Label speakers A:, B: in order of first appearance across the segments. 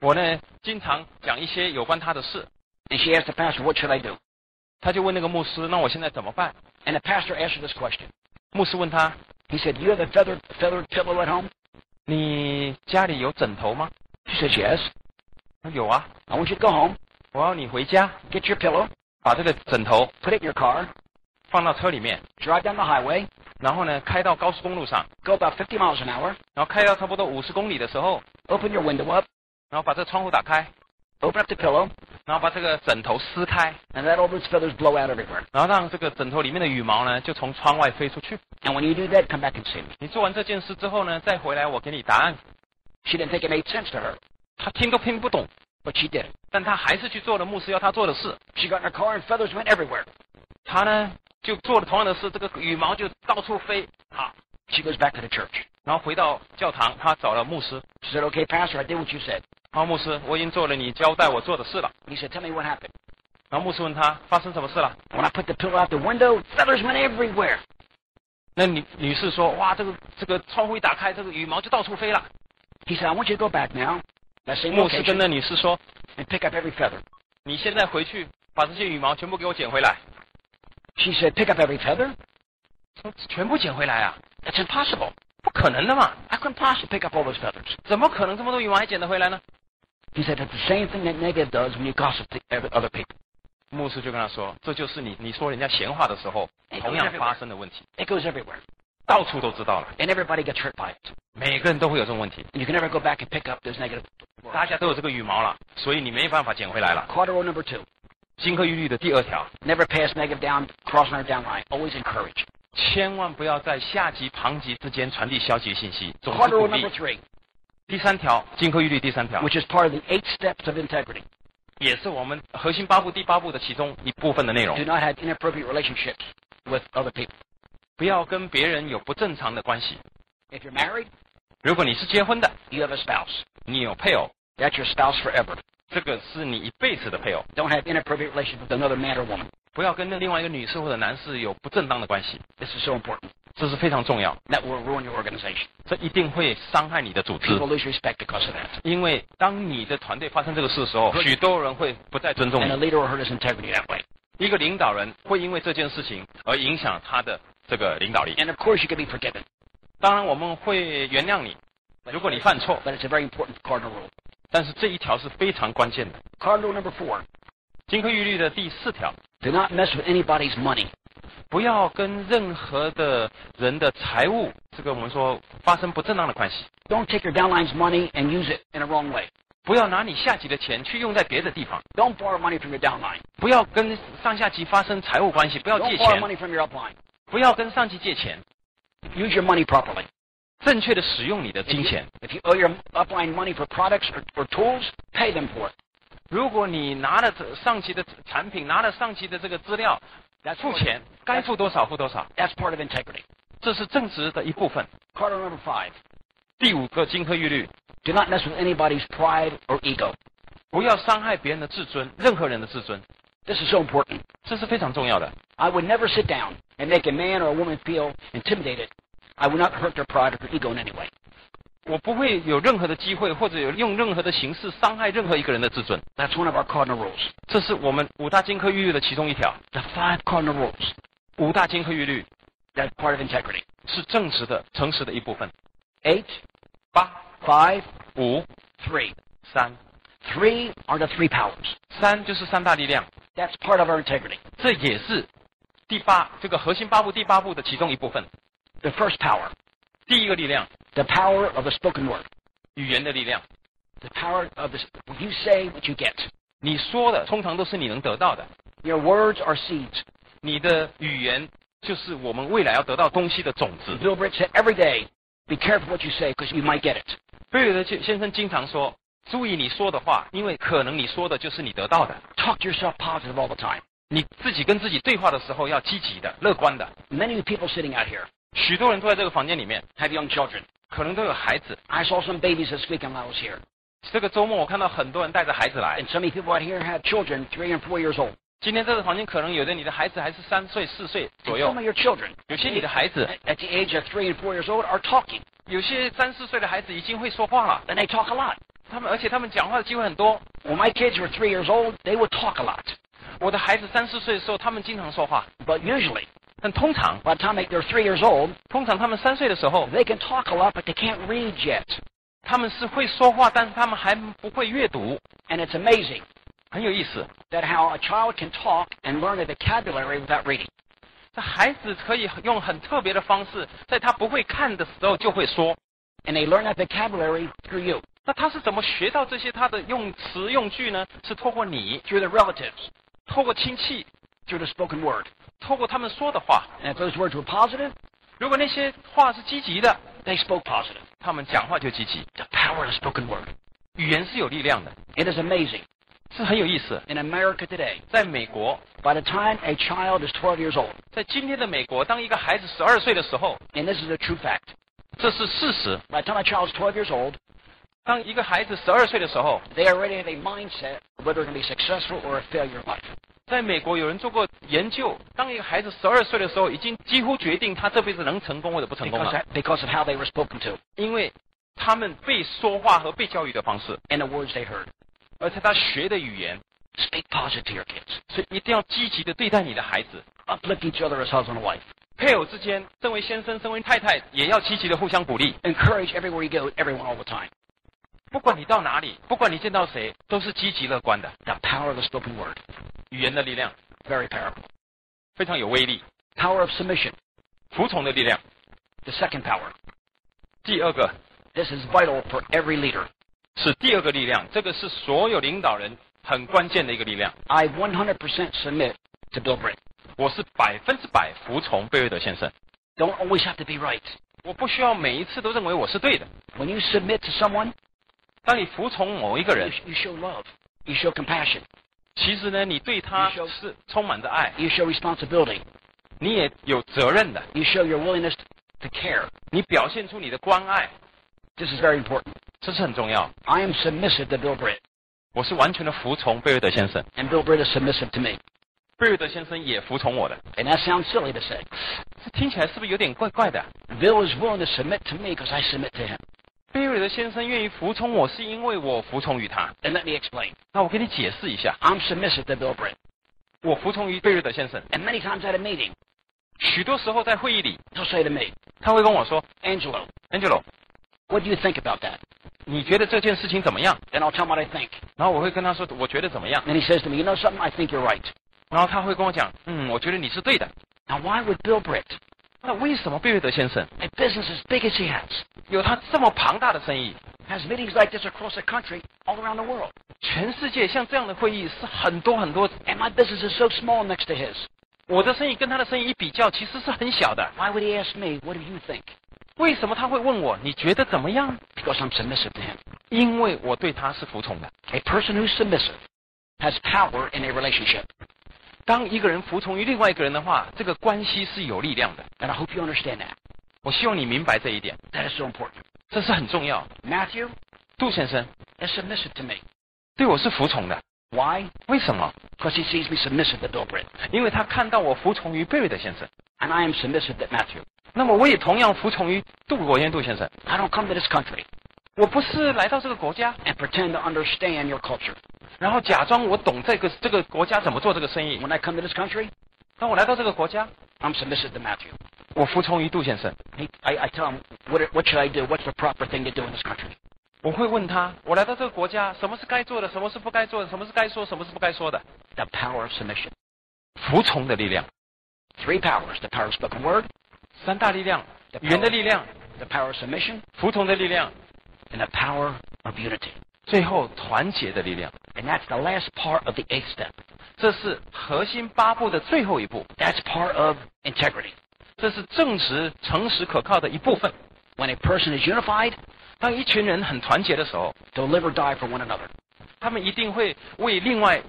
A: 我呢经常讲一些有关他的事。
B: And she asked the pastor, What should I do?
A: 他就问那个牧师：“那我现在怎么办
B: And the pastor answered this question. ”
A: 牧师问他
B: He said, You have a feathered, feathered pillow at home?：“
A: 你家里有枕头吗
B: She said, Yes.？”
A: 他说有啊，
B: I want you to go home,
A: 我要你回家
B: get your pillow,
A: 把这个枕头
B: put it in your car,
A: 放到车里面，
B: drive down the highway,
A: 然后呢开到高速公路上，
B: go about 50 miles an hour,
A: 然后开到差不多五十公里的时候，
B: open your window up,
A: 然后把这窗户打开，
B: open up the pillow,
A: 然后把这个枕头撕开，
B: and let all those feathers blow out everywhere.
A: 然后让这个枕头里面的羽毛呢就从窗外飞出去。
B: And when you do that, come back and see me.
A: 你做完这件事之后呢，再回来我给你答案。
B: She didn't think it made sense to her,
A: 他听都听不懂，
B: but she did it.
A: 但他还是去做了牧师要他做的事。
B: She got in her car and feathers went everywhere.
A: 他呢就做了同样的事，这个羽毛就到处飞。好，
B: She goes back to the church.
A: 然后回到教堂，他找了牧师。
B: She said, Okay, Pastor, I did what you said.
A: 然后牧师，我已经做了你交代我做的事了。
B: He said, Tell me what happened.
A: 然后牧师问他发生什么事了？
B: When I put the pillow out the window, feathers went everywhere.
A: 那女女士说：哇，这个这个窗户一打开，这个羽毛就到处飞了。
B: He said, I want you to go back now, that same
A: 牧师跟
B: location,
A: 那女士说：
B: and pick up every feather.
A: 你现在回去把这些羽毛全部给我捡回来，
B: She said, Pick up every feather?
A: 说全部捡回来啊？
B: That's impossible.
A: 不可能的嘛，
B: I couldn't possibly pick up all those feathers.
A: 怎么可能这么多羽毛还捡得回来呢？
B: He said, That's the same thing that negative does when you gossip to ev- other people.
A: 牧师就跟他说：这就是你你说人家闲话的时候哎同样发生的问题，
B: It goes everywhere,
A: 到处都知道了，
B: and everybody gets hurt by it.
A: 每个人都会有这种问题，
B: And you can never go back and pick up those negative.
A: 大家都有这个羽毛了，所以你没办法捡回来了。
B: Quarter rule number two
A: 金科玉律的第二条，
B: never pass negative down, crossing our down line. Always encourage.
A: 千万不要在下级旁级之间传递消极信息，总是
B: Quarter
A: 鼓
B: rule
A: 励
B: number。three,
A: 第三条，金科玉律第三条，
B: which is part of the eight steps of integrity.
A: 也是我们核心八步第八步的其中一部分的内容
B: Do。not have inappropriate relationships with other people.
A: 不要跟别人有不正常的关系。
B: If you're married,
A: 如果你是结婚的，
B: you have a spouse.
A: 你有配偶，
B: That's your spouse forever.
A: 这个是你一辈子的配偶。
B: Don't have inappropriate relationships with another man or woman.
A: 不要跟那另外一个女士或者男士有不正当的关系，
B: This is so important.
A: 这是非常重要。
B: That will ruin your organization.
A: 这一定会伤害你的组织
B: People，lose respect because of that.
A: 因为当你的团队发生这个事的时候，许多人会不再尊重
B: And a
A: 你。
B: leader will hurt his integrity that way.
A: 一个领导人会因为这件事情而影响他的这个领导力。
B: And of course, you can be forgiven.
A: 当然，我们会原谅你，
B: But
A: 如果你犯错，
B: but it's a very important cardinal rule.
A: 但是这一条是非常关键的。
B: Cardinal number four:
A: 金科玉律的第四条，
B: Do not mess with anybody's money.
A: 不要跟任何的人的财务，这个我们说发生不正当的关系，
B: Don't take your downline's money and use it in a wrong way.
A: 不要拿你下级的钱去用在别的地方，
B: Don't borrow money from your downline.
A: 不要跟上下级发生财务关系，不要
B: Don't
A: 借
B: borrow
A: 钱，
B: money from your upline.
A: 不要跟上级借钱，
B: Use your money properly.
A: 正确的使用你的金
B: If you,
A: 钱。
B: if you owe your upline money for products or, or tools, pay them for it.
A: 如果你拿了这上级的产品，拿了上级的这个资料，来
B: That's
A: 付
B: part-
A: 钱，该付多少付多少，
B: That's part of integrity.
A: 这是正直的一部分。
B: Cardinal number five:
A: 第五个金科玉律，
B: Do not mess with anybody's pride or ego.
A: 不要伤害别人的自尊，任何人的自尊，
B: This is so important.
A: 这是非常重要的。
B: I would never sit down and make a man or a woman feel intimidated. I would not hurt their pride or their ego in any way.
A: 我不会有任何的机会，或者有用任何的形式伤害任何一个人的自尊。
B: That's one of our cardinal rules.
A: 这是我们五大金科玉律的其中一条。
B: The five cardinal rules.
A: 五大金科玉律
B: That's part of integrity.
A: 是正直的、诚实的一部分。
B: Eight,
A: 八、
B: five,
A: 五、
B: three.
A: 三，
B: Three are the three powers.
A: 三就是三大力量，
B: That's part of our integrity.
A: 这也是第八这个核心八部第八部的其中一部分。
B: The first power,
A: 第一个力量，
B: the power of the spoken word,
A: 语言的力量。
B: the power of the when you say what you get.
A: 你说的通常都是你能得到的，
B: Your words are seeds.
A: 你的语言就是我们未来要得到东西的种子。
B: Bill Britt said every day, be careful what you say because you might get it.
A: 贝尔德先生经常说：“注意你说的话，因为可能你说的就是你得到的。
B: Talk to yourself positive all the time.
A: 你自己跟自己对话的时候要积极的、乐观的。
B: Many of the people sitting out here ”
A: 许多人都在这个房间里面，
B: have young children.
A: 可能都有孩子。
B: I saw some babies this weekend when I was here.
A: 这个周末我看到很多人带着孩子来
B: And。so many people out here have children three and four years old.
A: 今天这个房间可能有的你的孩子还是三岁、四岁
B: And
A: 左
B: some
A: 右，
B: of your children
A: 有些你的孩子
B: at，at the age of three and four years old are talking.
A: 有些三四岁的孩子已经会说话了，
B: And they talk a lot.
A: 他们而且他们讲话的机会很多。
B: When my kids were three years old, they would talk a lot.
A: 我的孩子三四岁的时候，他们经常说话，
B: But usually,
A: 但通常
B: by the time they- they're three years old,
A: 通常他们三岁的时候，
B: they can talk a lot, but they can't read yet.
A: 他们是会说话，但是他们还不会阅读，
B: And it's amazing
A: 很有意思。
B: that how a child can talk and learn a vocabulary without reading.
A: 这孩子可以用很特别的方式，在他不会看的时候就会说。
B: And they learn that vocabulary through you,
A: 那他是怎么学到这些他的用词用句呢？是透过你，
B: through their relatives,
A: 透过亲戚，
B: through the spoken word.
A: 透过他们说的话。
B: And if those words were positive,
A: 如果那些话是积极的，
B: they spoke positive.
A: 他们讲话就积极。
B: The power of the spoken word.
A: 语言是有力量的，
B: It is amazing.
A: 是很有意思。
B: In America today,
A: 在美国，
B: by the time a child is 12 years old,
A: 在今天的美国，当一个孩子十二岁的时候，
B: and this is a true fact,
A: 这是事实。
B: by the time a child's 12 years old,
A: 当一个孩子十二岁的时候，
B: they already have a mindset of whether they're going to be successful or a failure in life.
A: 在美国有人做过研究，当一个孩子十二岁的时候，已经几乎决定他这辈子能成功或者不成功
B: Because,
A: 了，
B: because of how they were spoken to
A: 因为他们被说话和被教育的方式，
B: and the words they heard.
A: 而且他学的语言，
B: Speak positive to your kids.
A: 所以一定要积极的对待你的孩子。
B: Uplift each other as husband and wife.
A: 配偶之间，身为先生、身为太太，也要积极的互相鼓励。
B: Encourage everywhere you go, everyone all the time.
A: 不管你到哪里，不管你见到谁，都是积极乐观的。
B: The power of the spoken word.
A: 语言的力量
B: Very powerful.
A: 非常有威力，
B: Power of submission.
A: 服从的力量。
B: The second power.
A: 第二个
B: This is vital for every leader.
A: 是第二个力量，这个是所有领导人很关键的一个力量。
B: I 100% submit to Bill Britt.
A: 我是百分之百服从贝瑞德先生，
B: Don't always have to be right.
A: 我不需要每一次都认为我是对的。
B: When you submit to someone,
A: 当你服从某一个
B: you,
A: 人，
B: you show love. You show compassion.
A: 其实呢，你对他是充满着爱，
B: You show responsibility.
A: 你也有责任的，
B: You show your willingness to care.
A: 你表现出你的关爱，
B: This is very important.
A: 这是很重要。
B: I am submissive to Bill Britt,
A: 我是完全的服从贝瑞德先生，
B: and Bill Britt is submissive to me.
A: 贝瑞德先生也服从我的。
B: And that sounds silly to say.
A: 这听起来是不是有点怪怪的？啊
B: Bill is willing to submit to me because I submit to him.
A: 贝瑞德先生愿意服从我，是因为我服从于他。
B: And let me explain.
A: 那我给你解释一下，
B: I'm submissive to Bill Britt.
A: 我服从于贝瑞德先生。
B: And many times at a meeting,
A: 许多时候在会议里，
B: he'll say to me,
A: 他会跟我说
B: Angelo,
A: ：“Angelo，
B: what do you think about that?
A: 你觉得这件事情怎么样？
B: And I'll tell him what I think.
A: 然后我会跟他说，我觉得怎么样？
B: And he says to me, you know something? I think you're right.
A: 然后他会跟我讲，嗯，我觉得你是对的。
B: Now, why would Bill Britt,
A: 那为什么贝瑞德先生
B: a business as big as he has,
A: 有他这么庞大的生意？
B: has meetings like this across the country, all around the world,
A: 全世界像这样的会议是很多很多，
B: and my business is so small next to his?
A: 我的生意跟他的生意一比较，其实是很小的。
B: Why would he ask me, what do you think?
A: 为什么他会问我你觉得怎么样？
B: Because I'm submissive to him.
A: 因为我对他是服从的。
B: A person who's submissive has power in a relationship.
A: 当一个人服从于另外一个人的话，这个关系是有力量的。
B: And I hope you understand that.
A: 我希望你明白这一点，
B: That is so important.
A: 这是很重要。
B: Matthew
A: 杜先生
B: is submissive to me.
A: 对我是服从的，
B: Why?
A: 为什么？
B: Because he sees me submissive to Bill Britt.
A: 因为他看到我服从于贝瑞德先生，
B: And I am submissive to Matthew.
A: 那么我也同样服从于杜国渊杜先生。
B: I don't come to this country
A: 我不是来到这个国家，
B: and pretend to understand your culture.
A: 然后假装我懂这个这个国家怎么做这个生意。
B: When I come to this country,
A: 当我来到这个国家，
B: I'm submissive to Matthew.
A: 我服从于杜先生。
B: He, I, I tell him, what, what should I do? What's the proper thing to do in this country?
A: 我会问他，我来到这个国家，什么是该做的，什么是不该做的，什么是该说，什么是不该说的。
B: The power of submission.
A: 服从的力量，
B: Three powers. The power of spoken word,
A: 三大力量：
B: the
A: 语言的
B: power,
A: 力量、
B: the power of submission,
A: 服从的力量，
B: and the power of unity.
A: 最后团结的力量。
B: And that's the last part of the eighth step.
A: 这是核心八步的最后一步，
B: That's part of integrity.
A: 这是正直、诚实、可靠的一部分。
B: When a person is unified,
A: 当一群人很团结的时候，
B: they'll live or die for one another.
A: 他们一定会为另外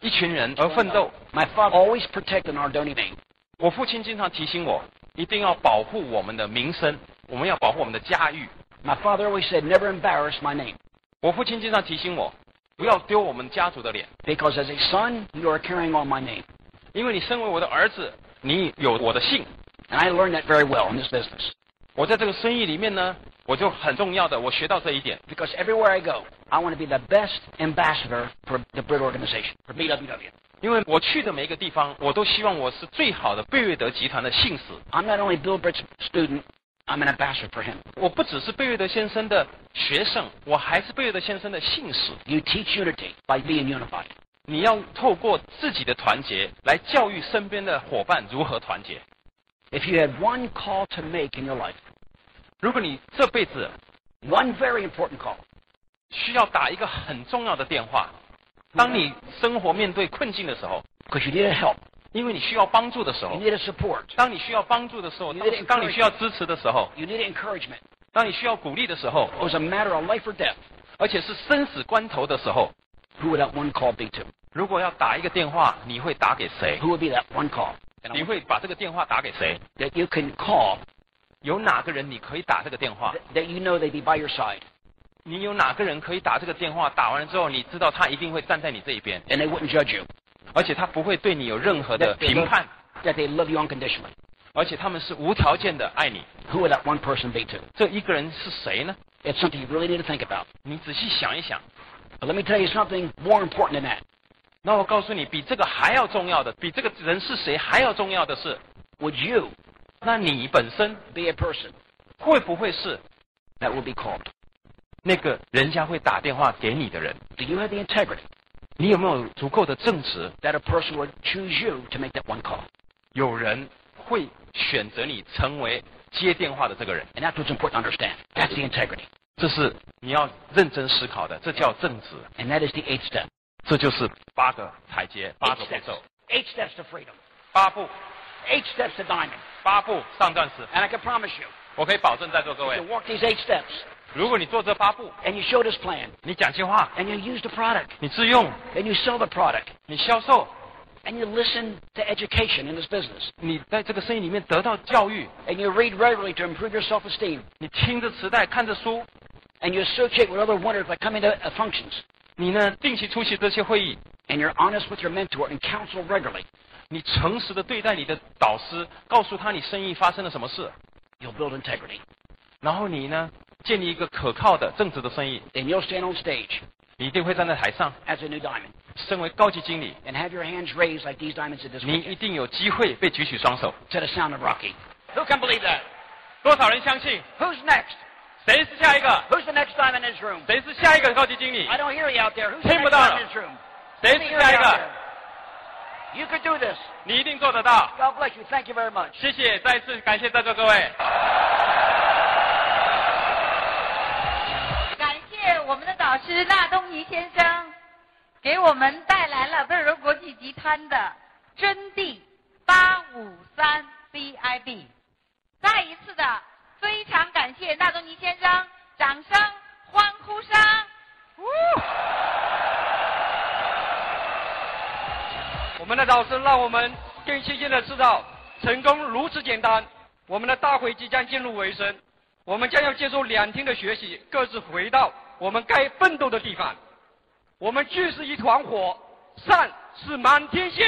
A: 一群人而奋斗。
B: My father always protected Nardoni name.
A: 我父亲经常提醒我，一定要保护我们的名声，我们要保护我们的家誉。
B: My father always said, never embarrass my name.
A: 我父亲经常提醒我，不要丢我们家族的脸，
B: Because as a son, you are carrying on my name.
A: 因为你身为我的儿子，你有我的姓。
B: And I learned that very well in this business.
A: 我在这个生意里面呢，我就很重要的，我学到这一点。
B: Because everywhere I go, I want to be the best ambassador for the BRIT organization, for BWW.
A: 因为我去的每一个地方，我都希望我是最好的贝瑞德集团的信使。
B: I'm not only Bill Britt's student, I'm an ambassador for him.
A: 我不只是贝瑞德先生的学生，我还是贝瑞德先生的信使。
B: You teach unity by being unified.
A: 你要透过自己的团结来教育身边的伙伴如何团结。
B: If you had one call to make in your life,
A: 如果你这辈子
B: one very important call,
A: 需要打一个很重要的电话，当你生活面对困境的时候，
B: because you needed help,
A: 因为你需要帮助的时
B: you
A: 候，
B: needed support,
A: 当你需要帮助的时候，当当你需要支持的时候，
B: you needed encouragement.
A: 当你需要鼓励的时候，
B: It was a matter of life or death.
A: 而且是生死关头的时候，
B: Who would that one call be to?
A: 如果要打一个电话，你会打给谁？
B: Who would be that one call? And I
A: 你
B: want-
A: 会把这个电话打给谁？
B: That you can call,
A: 有哪个人你可以打这个电话？
B: that- that you know they'd be by your side,
A: 你有哪个人可以打这个电话？打完了之后，你知道他一定会站在你这一边，
B: and they wouldn't judge you.
A: 而且他不会对你有任何的
B: That they,
A: 评
B: love,
A: 判，
B: that they love you unconditionally.
A: 而且他们是无条件的爱你。
B: Who would that one person be to?
A: 这一个人是谁呢？
B: It's something you really need to think about.
A: 你仔细想一想。
B: But let me tell you something more important than that.
A: 那我告诉你，比这个还要重要的，比这个人是谁还要重要的是，
B: Would you
A: 那你本身
B: be a person
A: 会不会是
B: that will be called?
A: 那个人家会打电话给你的人？
B: Do you have the integrity
A: 你有没有足够的正直？
B: that a person would choose you to make that one call?
A: 有人会选择你成为接电话的这个人，
B: And that's what's important to understand. That's the integrity.
A: 这是你要认真思考的，这叫正直，
B: And that is the eighth step.
A: 这就是八个台阶、八
B: Eight
A: 个步
B: steps.
A: 骤、
B: Eight steps to freedom.
A: 八步、
B: Eight steps to diamond.
A: 八步上钻石。
B: And I can promise you,
A: 我可以保证在座各
B: if
A: 位
B: you，walk these eight steps
A: 如果你做这八步，
B: and you show this plan
A: 你讲计划，
B: and you use the product
A: 你自用，
B: and you sell the product
A: 你销售，
B: and you listen to education in this business
A: 你在这个生意里面得到教育，
B: and you read regularly to improve your self-esteem
A: 你听着磁带，看着书，
B: and you associate with other winners by coming to uh, functions
A: 你呢定期出席这些会议，
B: and you're honest with your mentor and counsel regularly,
A: 你诚实的对待你的导师，告诉他你生意发生了什么事，
B: you'll build integrity.
A: 然后你呢建立一个可靠的正直的生意，
B: Then you'll stand on stage
A: 你一定会站在台上，
B: as a new diamond
A: 身为高级经理，
B: and have your hands raised like these diamonds did this
A: 你一
B: weekend
A: 定有机会被举起双手。
B: to the sound of Rocky. Who can believe that?
A: 多少人相信？
B: Who's next?
A: 谁是下一个？
B: Who's the next diamond in this room?
A: 谁是下一个高级经理？
B: I don't hear you out there. Who's the
A: Hey,
B: next
A: Madonna.
B: diamond in this room?
A: Hey,
B: Let me hear you out
A: Tiger.
B: there. You could do this.
A: 你一定做得到。
B: God bless you. Thank you very much.
A: 谢谢，再次感谢在座各位。
C: 感谢我们的导师纳东尼先生，给我们带来了贝尔罗国际集团的真谛八五三 BIB。再一次的非常感谢纳东尼先生，掌声、欢呼声。呜
D: 我们的导师让我们更清晰的知道，成功如此简单。我们的大会即将进入尾声，我们将要接受两天的学习，各自回到我们该奋斗的地方。我们聚是一团火，散是满天星。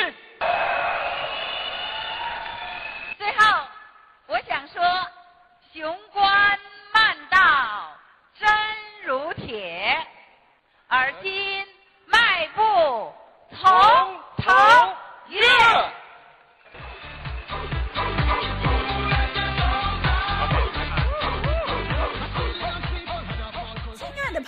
C: 最后，我想说，雄关漫道真如铁，而今迈步从头越。
E: 亲爱的